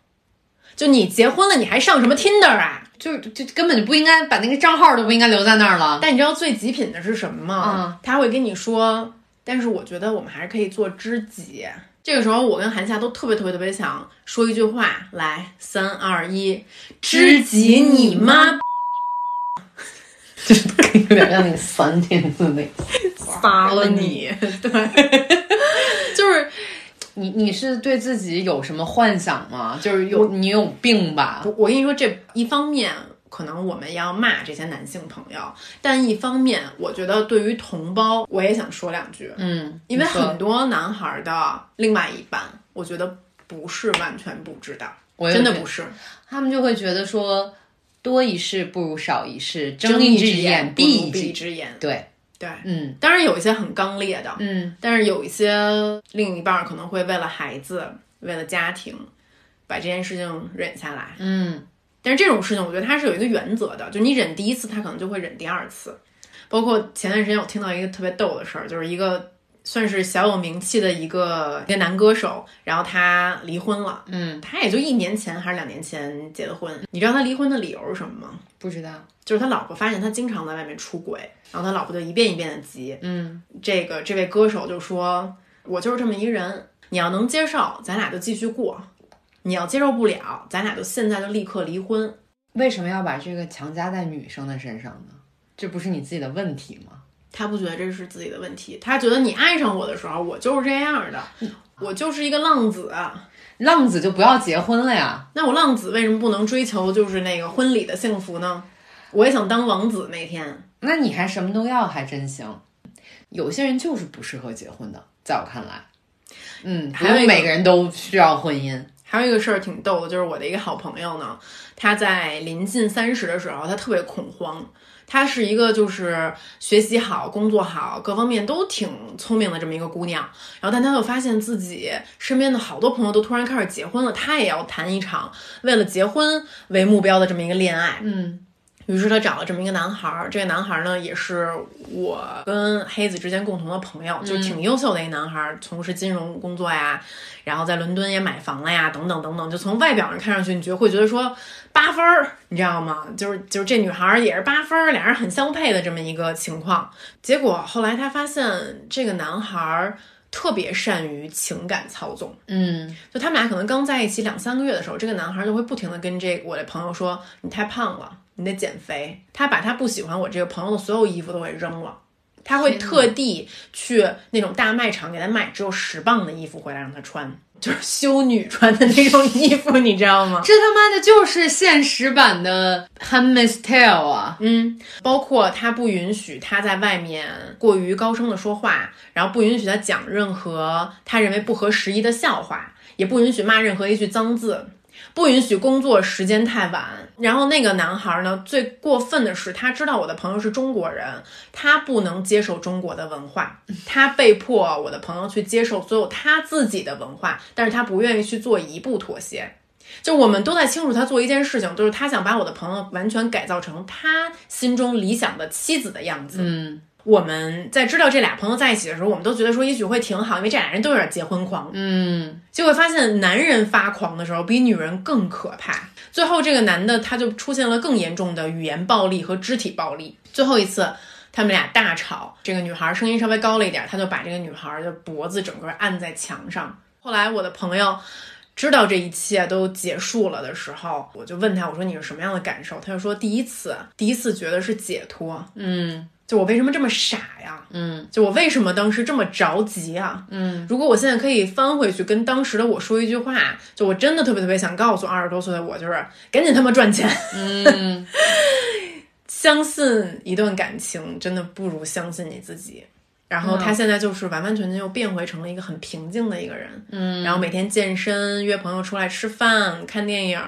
B: 就你结婚了，你还上什么 Tinder 啊？
C: 就就根本就不应该把那个账号都不应该留在那儿 (laughs) 了。
B: 但你知道最极品的是什么吗？
C: 嗯
B: 他会跟你说，但是我觉得我们还是可以做知己。这个时候，我跟韩夏都特别特别特别想说一句话，来，三二一，知己你妈
C: 有点像那个三天的 (laughs) 那个。
B: 杀了你！对，就是
C: 你你是对自己有什么幻想吗？就是有你有病吧？
B: 我我跟你说，这一方面可能我们要骂这些男性朋友，但一方面，我觉得对于同胞，我也想说两句，
C: 嗯，
B: 因为
C: 你说
B: 很多男孩的另外一半，我觉得不是完全不知道，
C: 我也
B: 真的
C: 觉得
B: 不是。
C: 他们就会觉得说多一事不如少一事，睁
B: 一
C: 只
B: 眼
C: 闭
B: 闭
C: 一只。
B: 只眼。
C: 对，
B: 对，
C: 嗯
B: 当然有一些很刚烈的，
C: 嗯，
B: 但是有一些另一半儿可能会为了孩子、为了家庭，把这件事情忍下来。
C: 嗯，
B: 但是这种事情，我觉得它是有一个原则的，就你忍第一次，他可能就会忍第二次。包括前段时间我听到一个特别逗的事儿，就是一个算是小有名气的一个一个男歌手，然后他离婚了，
C: 嗯，
B: 他也就一年前还是两年前结的婚。你知道他离婚的理由是什么吗？
C: 不知道，
B: 就是他老婆发现他经常在外面出轨，然后他老婆就一遍一遍的急。
C: 嗯
B: 这个这位歌手就说：“我就是这么一人，你要能接受，咱俩就继续过；你要接受不了，咱俩就现在就立刻离婚。
C: 为什么要把这个强加在女生的身上呢？这不是你自己的问题吗？”
B: 他不觉得这是自己的问题，他觉得你爱上我的时候，我就是这样的，我就是一个浪子。啊
C: 浪子就不要结婚了呀！
B: 那我浪子为什么不能追求就是那个婚礼的幸福呢？我也想当王子那天。
C: 那你还什么都要，还真行。有些人就是不适合结婚的，在我看来，嗯，
B: 还有一
C: 不
B: 个
C: 是每个人都需要婚姻。
B: 还有一个事儿挺逗的，就是我的一个好朋友呢，他在临近三十的时候，他特别恐慌。她是一个就是学习好、工作好，各方面都挺聪明的这么一个姑娘。然后，但她又发现自己身边的好多朋友都突然开始结婚了，她也要谈一场为了结婚为目标的这么一个恋爱。
C: 嗯
B: 于是她找了这么一个男孩儿，这个男孩儿呢也是我跟黑子之间共同的朋友，就是挺优秀的一个男孩儿，从事金融工作呀，然后在伦敦也买房了呀，等等等等，就从外表上看上去，你就会觉得说八分儿，你知道吗？就是就是这女孩儿也是八分儿，俩人很相配的这么一个情况。结果后来她发现这个男孩儿特别善于情感操纵，
C: 嗯
B: 就他们俩可能刚在一起两三个月的时候，这个男孩就会不停的跟这个我的朋友说：“你太胖了，你你得减肥。他把他不喜欢我这个朋友的所有衣服都给扔了，他会特地去那种大卖场给他买只有十磅的衣服回来让他穿，就是修女穿的那种衣服，你知道吗？
C: 这他妈的就是现实版的《Handmaid's Tale》啊！
B: 嗯，包括他不允许他在外面过于高声的说话，然后不允许他讲任何他认为不合时宜的笑话，也不允许骂任何一句脏字，不允许工作时间太晚。然后那个男孩呢，最过分的是，他知道我的朋友是中国人，他不能接受中国的文化，他被迫我的朋友去接受所有他自己的文化，但是他不愿意去做一步妥协。就我们都在清楚他做一件事情，就是他想把我的朋友完全改造成他心中理想的妻子的样子。
C: 嗯，
B: 我们在知道这俩朋友在一起的时候，我们都觉得说也许会挺好，因为这俩人都有点结婚狂。
C: 嗯，
B: 结果发现男人发狂的时候比女人更可怕。最后这个男的他就出现了更严重的语言暴力和肢体暴力。最后一次他们俩大吵，这个女孩声音稍微高了一点，他就把这个女孩的脖子整个按在墙上。后来我的朋友知道这一切都结束了的时候，我就问他，我说你是什么样的感受？他就说第一次，第一次觉得是解脱。
C: 嗯，
B: 就我为什么这么傻呀？
C: 嗯，
B: 就我为什么当时这么着急啊？
C: 嗯，
B: 如果我现在可以翻回去跟当时的我说一句话，就我真的特别特别想告诉二十多岁的我，就是赶紧他妈赚钱。嗯， (laughs) 相信一段感情真的不如相信你自己。然后他现在就是完完全全又变回成了一个很平静的一个人，嗯，然后每天健身、约朋友出来吃饭、看电影，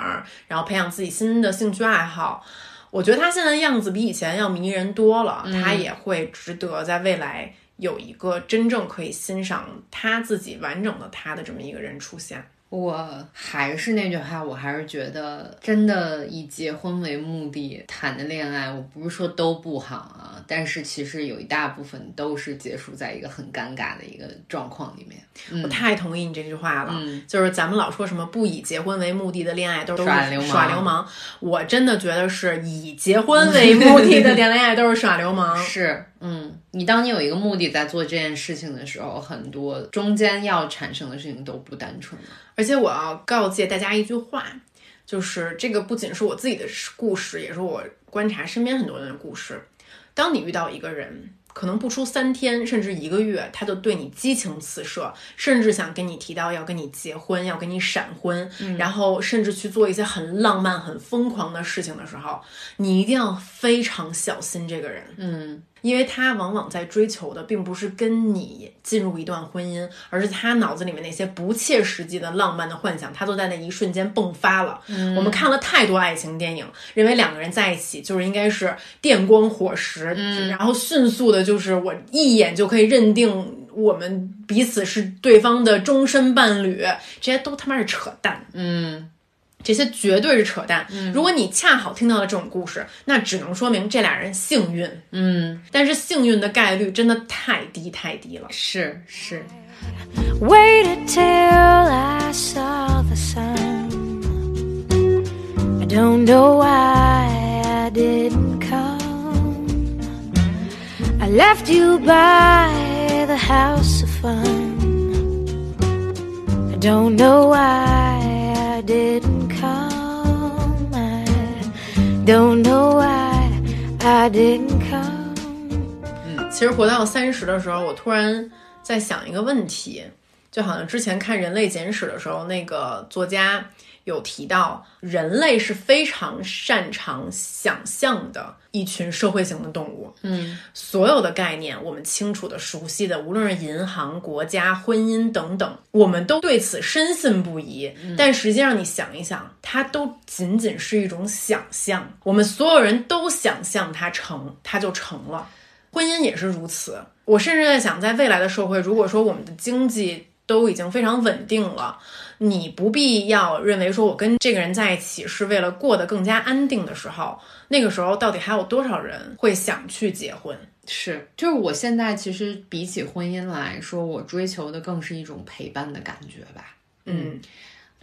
B: 然后培养自己新的兴趣爱好。我觉得他现在的样子比以前要迷人多了，他也会值得在未来有一个真正可以欣赏他自己完整的他的这么一个人出现。
C: 我还是那句话，我还是觉得真的以结婚为目的谈的恋爱，我不是说都不好啊，但是其实有一大部分都是结束在一个很尴尬的一个状况里面。
B: 我太同意你这句话了，
C: 嗯
B: 就是咱们老说什么不以结婚为目的的恋爱都是
C: 耍流氓
B: 耍流氓，我真的觉得是以结婚为目的的恋爱都是耍流氓。
C: 是，嗯，你当你有一个目的在做这件事情的时候，很多中间要产生的事情都不单纯了。
B: 而且我要告诫大家一句话，就是这个不仅是我自己的故事，也是我观察身边很多人的故事。当你遇到一个人，可能不出三天甚至一个月，他就对你激情四射，甚至想跟你提到要跟你结婚，要跟你闪婚，然后甚至去做一些很浪漫、很疯狂的事情的时候，你一定要非常小心这个人。
C: 嗯
B: 因为他往往在追求的并不是跟你进入一段婚姻，而是他脑子里面那些不切实际的浪漫的幻想，他都在那一瞬间迸发了。我们看了太多爱情电影，认为两个人在一起就是应该是电光火石，然后迅速的，就是我一眼就可以认定我们彼此是对方的终身伴侣，这些都他妈是扯淡。
C: 嗯，
B: 这些绝对是扯淡。如果你恰好听到了这种故事，那只能说明这俩人幸运。嗯，但是幸运的概率真的太低太低了。
C: 是是，
D: Waited till I saw the sun. I don't know why I didn't come. I left you by the house of fun. I don't know why I didn't come. I don't know why I didn't come.
B: 其实活到三十的时候，我突然在想一个问题，就好像之前看《人类简史》的时候，那个作家有提到，人类是非常擅长想象的一群社会型的动物。嗯，所有的概念我们清楚的、熟悉的，无论是银行、国家、婚姻等等，我们都对此深信不疑。但实际上，你想一想，它都仅仅是一种想象。我们所有人都想象它成，它就成了。婚姻也是如此。我甚至在想，在未来的社会，如果说我们的经济都已经非常稳定了，你不必要认为说我跟这个人在一起是为了过得更加安定的时候，那个时候到底还有多少人会想去结婚？嗯
C: 是，就是我现在其实比起婚姻来说，我追求的更是一种陪伴的感觉吧。
B: 嗯，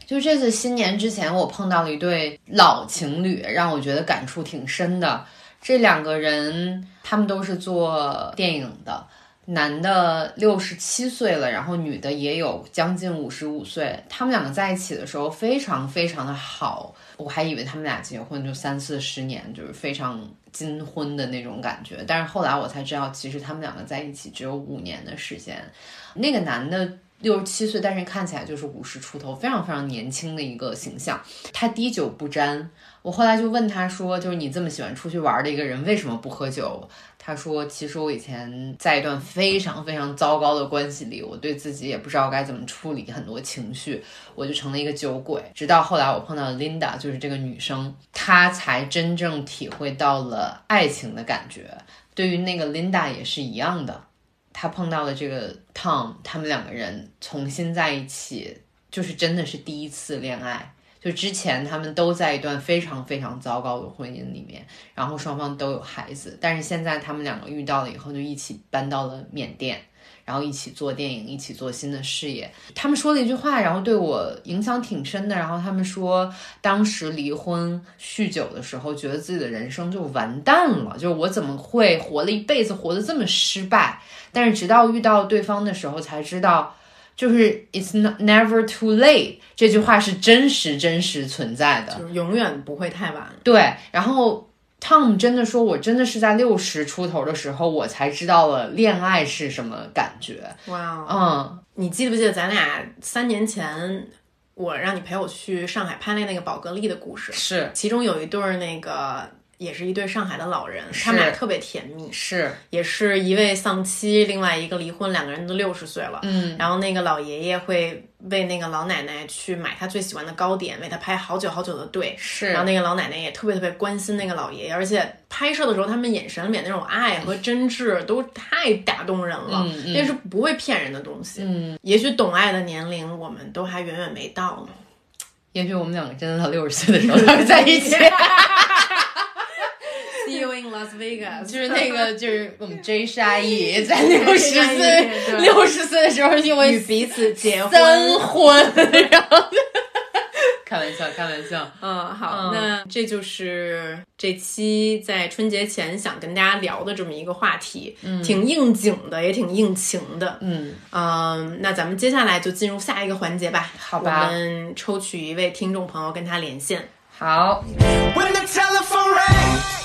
C: 就这次新年之前，我碰到了一对老情侣，让我觉得感触挺深的。这两个人他们都是做电影的，男的六十七岁了，然后女的也有将近五十五岁。他们两个在一起的时候非常非常的好，我还以为他们俩结婚就三四十年，就是非常金婚的那种感觉。但是后来我才知道，其实他们两个在一起只有五年的时间。那个男的六十七岁，但是看起来就是五十出头，非常非常年轻的一个形象。他滴酒不沾。我后来就问他说，就是你这么喜欢出去玩的一个人，为什么不喝酒？他说，其实我以前在一段非常非常糟糕的关系里，我对自己也不知道该怎么处理很多情绪，我就成了一个酒鬼。直到后来我碰到了 Linda，就是这个女生，她才真正体会到了爱情的感觉。对于那个 Linda 也是一样的。他碰到了这个 Tom，他们两个人重新在一起，就是真的是第一次恋爱。就之前他们都在一段非常非常糟糕的婚姻里面，然后双方都有孩子，但是现在他们两个遇到了以后，就一起搬到了缅甸，然后一起做电影，一起做新的事业。他们说了一句话，然后对我影响挺深的。然后他们说，当时离婚酗酒的时候，觉得自己的人生就完蛋了，就是我怎么会活了一辈子活得这么失败？但是直到遇到对方的时候，才知道，就是 "It's not never too late" 这句话是真实真实存在的。
B: 就是永远不会太晚。
C: 对，然后 Tom 真的说，我真的是在六十出头的时候，我才知道了恋爱是什么感觉。
B: 哇、哦，
C: 嗯，
B: 你记不记得咱俩三年前我让你陪我去上海拍那那个宝格丽的故事？
C: 是
B: 其中有一对儿那个也是一对上海的老人，
C: 是
B: 他们俩特别甜蜜，
C: 是，
B: 也是一位丧妻，另外一个离婚，两个人都六十岁了。
C: 嗯，
B: 然后那个老爷爷会为那个老奶奶去买他最喜欢的糕点，为他排好久好久的队。
C: 是。
B: 然后那个老奶奶也特别特别关心那个老爷爷，而且拍摄的时候，他们眼神里面那种爱和真挚都太打动人了，
C: 嗯嗯
B: 那是不会骗人的东西。
C: 嗯，
B: 也许懂爱的年龄，我们都还远远没到呢。
C: 也许我们两个真的到六十岁的时候才会在一起。
B: See you in Las Vegas，
C: 就是那个，就是我们 J 沙溢在六十岁，
B: 对
C: 六十岁的时候因为
B: 与彼此结婚。
C: 三婚，然后就 (laughs) 开玩笑，开玩笑。
B: 嗯，好，
C: 嗯
B: 那这就是这期在春节前想跟大家聊的这么一个话题，嗯，挺应景的，也挺应情的，
C: 嗯，
B: 嗯，那咱们接下来就进入下一个环节吧，
C: 好吧
B: 我们抽取一位听众朋友跟他连线，
C: 好，
F: When the telephone rang,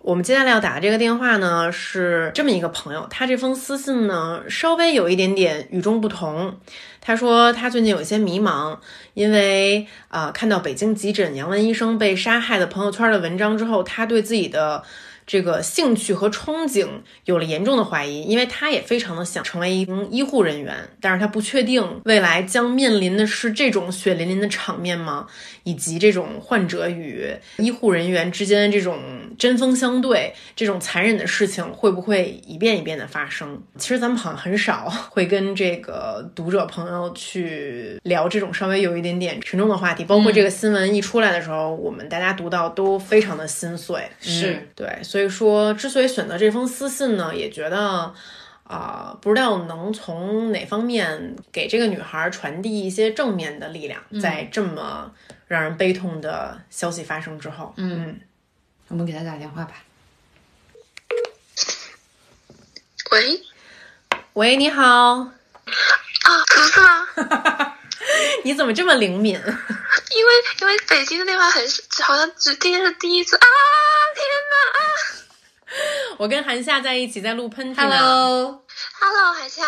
B: 我们接下来要打的这个电话呢，是这么一个朋友，他这封私信呢稍微有一点点与众不同。他说他最近有一些迷茫，因为啊、呃看到北京急诊杨文医生被杀害的朋友圈的文章之后，他对自己的这个兴趣和憧憬有了严重的怀疑，因为他也非常的想成为一名医护人员，但是他不确定未来将面临的是这种血淋淋的场面吗？以及这种患者与医护人员之间的这种针锋相对、这种残忍的事情，会不会一遍一遍的发生？其实咱们好像很少会跟这个读者朋友去聊这种稍微有一点点沉重的话题，包括这个新闻一出来的时候，我们大家读到都非常的心碎。
C: 是
B: 嗯对，所以说之所以选择这封私信呢，也觉得。啊、不知道能从哪方面给这个女孩传递一些正面的力量，在这么让人悲痛的消息发生之后，嗯，
C: 我们给他打电话吧。
G: 喂，
B: 喂，你好， (laughs)
G: 啊，竹子吗？ (laughs)
B: 你怎么这么灵敏？ (laughs)
G: 因为因为北京的那块很是，好像只听是第一次啊！天哪啊
B: 我跟韩夏在一起在录喷嚏呢
C: Hello，Hello，
G: ！Hello，海夏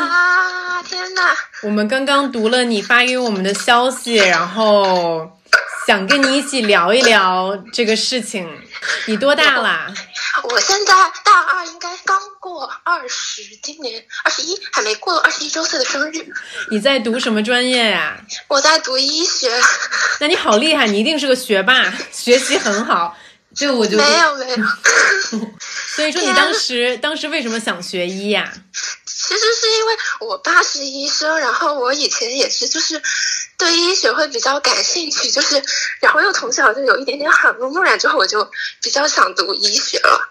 G: 啊！天哪！
B: 我们刚刚读了你发给我们的消息，然后想跟你一起聊一聊这个事情。你多大啦？
G: 我现在大二，应该刚过二十，今年二十一，还没过二十一周岁的生日。
B: 你在读什么专业呀、
G: 我在读医学，
B: (laughs) 那你好厉害，你一定是个学霸， (laughs) 学习很好。
C: 这我就
G: 没有 (laughs) 没有，
B: 所以说你当时当时为什么想学医呀、
G: 其实是因为我爸是医生，然后我以前也是，就是对医学会比较感兴趣，就是然后又从小就有一点点耳濡目染，之后我就比较想读医学了。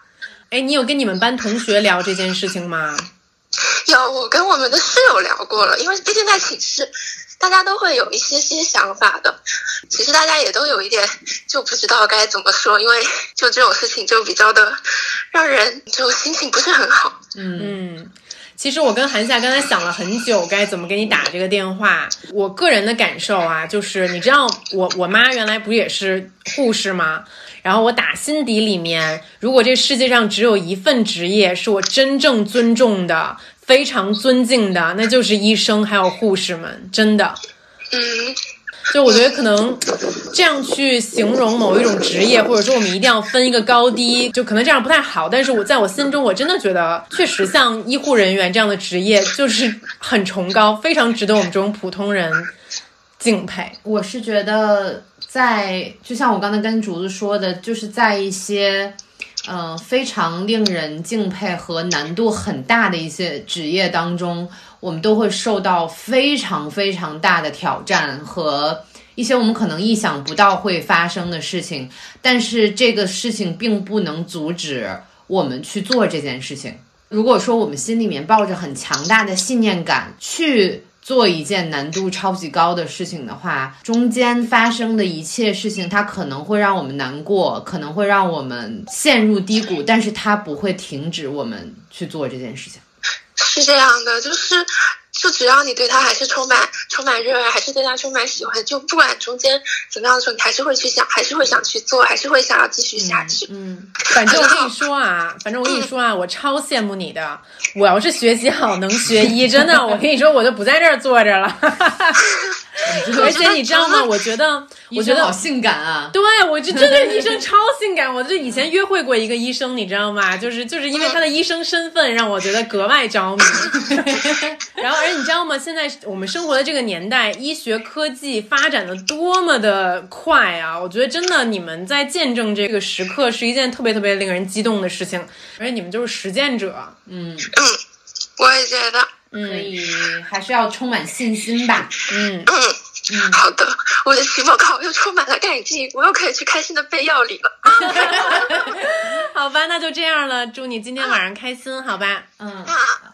B: 哎，你有跟你们班同学聊这件事情吗？
G: 有，我跟我们的室友聊过了，因为毕竟在寝室，大家都会有一些些想法的。其实大家也都有一点就不知道该怎么说，因为就这种事情就比较的让人就心情不是很好。
C: 嗯
B: 嗯，其实我跟韩夏刚才想了很久该怎么给你打这个电话。我个人的感受啊，就是你知道我我妈原来不也是护士吗？然后我打心底里面，如果这世界上只有一份职业是我真正尊重的、非常尊敬的，那就是医生还有护士们，真的。
G: 嗯，
B: 就我觉得可能这样去形容某一种职业，或者说我们一定要分一个高低，就可能这样不太好。但是我在我心中，我真的觉得确实像医护人员这样的职业，就是很崇高，非常值得我们这种普通人敬佩。
C: 我是觉得在，就像我刚才跟竹子说的，就是在一些，呃，非常令人敬佩和难度很大的一些职业当中，我们都会受到非常非常大的挑战和一些我们可能意想不到会发生的事情，但是这个事情并不能阻止我们去做这件事情。如果说我们心里面抱着很强大的信念感去做一件难度超级高的事情的话，中间发生的一切事情，它可能会让我们难过，可能会让我们陷入低谷，但是它不会停止我们去做这件事情。
G: 是这样的，就是就只要你对他还是充满充满热爱，还是对他充满喜欢，就不管中间怎么样的时候，你还是会去想，还是会想去做，还是会想要继续下去。
C: 嗯，
B: 反正我跟你说啊，反正我跟你说啊，我超羡慕你的。我要是学习好，能学医，真的，我跟你说，我就不在这儿坐着了。 (laughs) 而且你知道吗？我觉得，我觉
C: 医生
B: 得
C: 好性感啊！
B: 对，我就真的医生超性感。我就以前约会过一个医生，你知道吗？就是就是因为他的医生身份让我觉得格外着迷。然后，而你知道吗？现在我们生活的这个年代，医学科技发展的多么的快啊！我觉得真的，你们在见证这个时刻是一件特别特别令人激动的事情，而且你们就是实践者。
C: 嗯，
G: 嗯，我也觉得，
C: 所
B: 嗯
C: 以还是要充满信心 (laughs) 吧。
B: 嗯，
G: 嗯，好的，我的期末考又充满了干劲，我又可以去开心的备药理了。
C: 嗯
B: 嗯 (laughs) 好吧，那就这样了。祝你今天晚上开心，好吧？
C: 嗯，
G: 啊，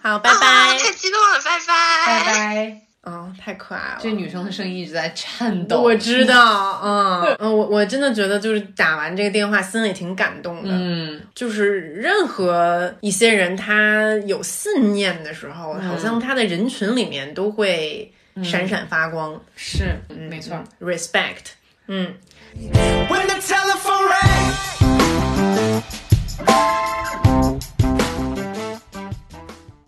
B: 好，拜
G: 啊
B: 拜。
G: 太激动了，拜拜，
C: 拜拜。
B: 哦，太可爱了。
C: (laughs) 这女生的声音一直在颤抖。
B: 我知道，嗯嗯，我我真的觉得就是打完这个电话，心里挺感动的。
C: 嗯。
B: 就是任何一些人，他有信念的时候，好
C: 嗯
B: 像他的人群里面都会闪闪发光。
C: 是，嗯没错。
B: Respect，嗯，
F: When the telephone rang.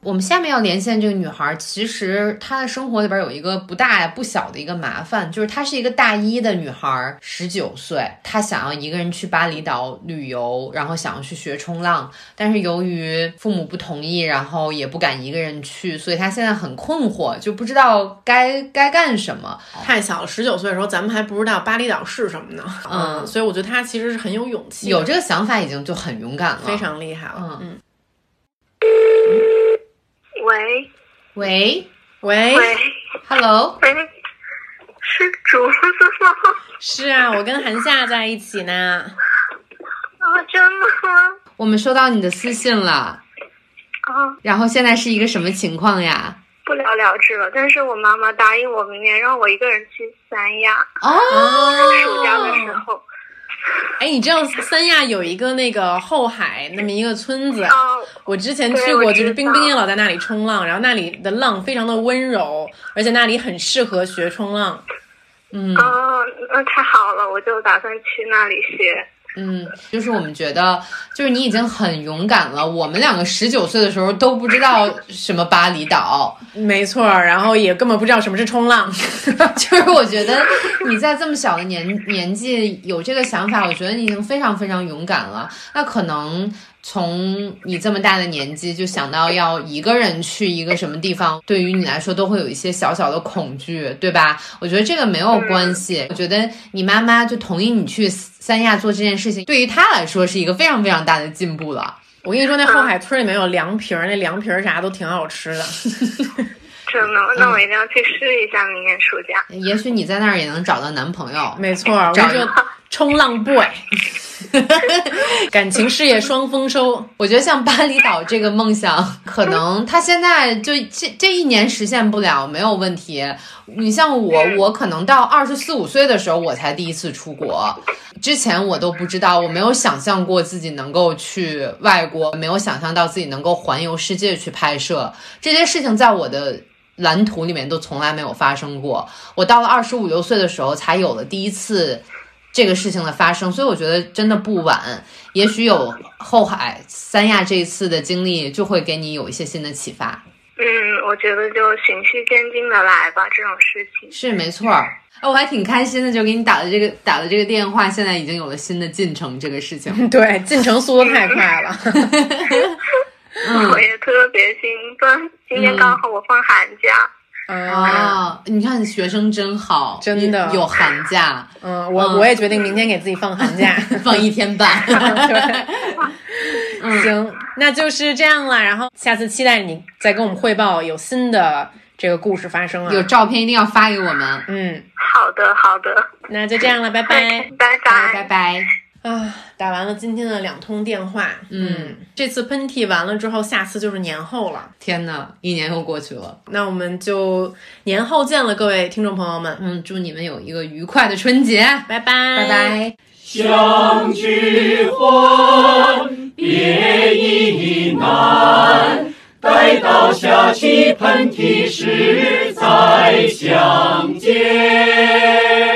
C: 我们下面要连线这个女孩，其实她的生活里边有一个不大不小的一个麻烦，就是她是一个大一的女孩，十九岁，她想要一个人去巴厘岛旅游，然后想要去学冲浪，但是由于父母不同意，然后也不敢一个人去，所以她现在很困惑，就不知道该该干什么。
B: 太小了，十九岁的时候，咱们还不知道巴厘岛是什么呢。
C: 嗯
B: 所以我觉得他其实是很有勇气的，
C: 有这个想法已经就很勇敢了。
B: 非。常厉害了。嗯，
H: 喂
C: 喂
B: 喂，
H: 喂
C: ，Hello，
H: 喂，是竹子吗？ (laughs)
B: 是啊，我跟韩夏在一起呢。
H: 啊，真的吗？
C: 我们收到你的私信了，
H: 啊，
C: 然后现在是一个什么情况呀？
H: 不了了之了。但是我妈妈答应我明年让我一个人去三亚，
C: 哦，
B: 哦，
H: 暑假的时候。
B: 哎，你知道三亚有一个那个后海那么一个村
C: 哦
B: 子，
H: 啊，
B: 我之前
H: 对
B: 去
H: 我
B: 过，
H: 知
B: 就是冰冰也
H: 道
B: 老在那里冲浪，然后那里的浪非常的温柔，而且那里很适合学冲浪。
C: 嗯
H: 啊，那太好了，我就打算去那里学。
C: 嗯，就是我们觉得，就是你已经很勇敢了。我们两个十九岁的时候都不知道什么巴厘岛， (laughs)
B: 没错儿，然后也根本不知道什么是冲浪。 (laughs)
C: 就是我觉得你在这么小的年年纪有这个想法，我觉得你已经非常非常勇敢了。那可能从你这么大的年纪就想到要一个人去一个什么地方，对于你来说都会有一些小小的恐惧，对吧？我觉得这个没有关系。我觉得你妈妈就同意你去三亚做这件事情，对于她来说是一个非常非常大的进步了。
B: 我跟你说，那后海村里面有凉皮儿，那凉皮儿啥都挺好吃的。 (laughs)
H: 真的
C: 嗯
H: 吗？那我一定要去试一下明年暑假。
C: 也许你在那儿也能找到男朋友。
B: 没错儿，我
C: 找
B: 跟
C: 一
B: 你说，冲浪 boy，感情事业双丰收。
C: 我觉得像巴厘岛这个梦想，可能他现在就这这一年实现不了没有问题。你像我，我可能到二十四五岁的时候，我才第一次出国，之前我都不知道，我没有想象过自己能够去外国，没有想象到自己能够环游世界去拍摄这些事情，在我的蓝图里面都从来没有发生过。我到了二十五六岁的时候，才有了第一次这个事情的发生，所以我觉得真的不晚。也许有后海、三亚这一次的经历，就会给你有一些新的启发。
H: 嗯，我觉得就循序渐进的来吧，这种事情。
C: 是没错儿。哎，我还挺开心的，就给你打的这个打的这个电话，现在已经有了新的进程。这个
B: (laughs)
C: 事情，
B: 对，进程速度太快了。 (laughs)
C: 嗯
H: 我也特别兴奋，今天刚好我放寒假，
C: 嗯
B: 啊，
C: 啊，你看学生真好，
B: 真的
C: 有有寒假，
B: 嗯，我我也决定明天给自己放寒假。
C: 放一
B: (laughs)
C: 天半。
B: 行，那就是这样了。然后下次期待你再跟我们汇报有新的这个故事发生啊。
C: 有照片一定要发给我们。
B: 嗯，
H: 好的好的，
B: 那就这样了，拜拜。
H: (laughs) 拜
C: 拜
H: 拜
C: 拜拜。
B: 啊，打完了今天的两通电话，嗯，这次喷嚏完了之后，下次就是年后了。
C: 天呐，一年又过去了。
B: 那我们就年后见了，各位听众朋友们，
C: 嗯，祝你们有一个愉快的春节，
B: 拜拜，
C: 拜拜。
A: 相聚欢，别亦难。待到下期喷嚏时再相见。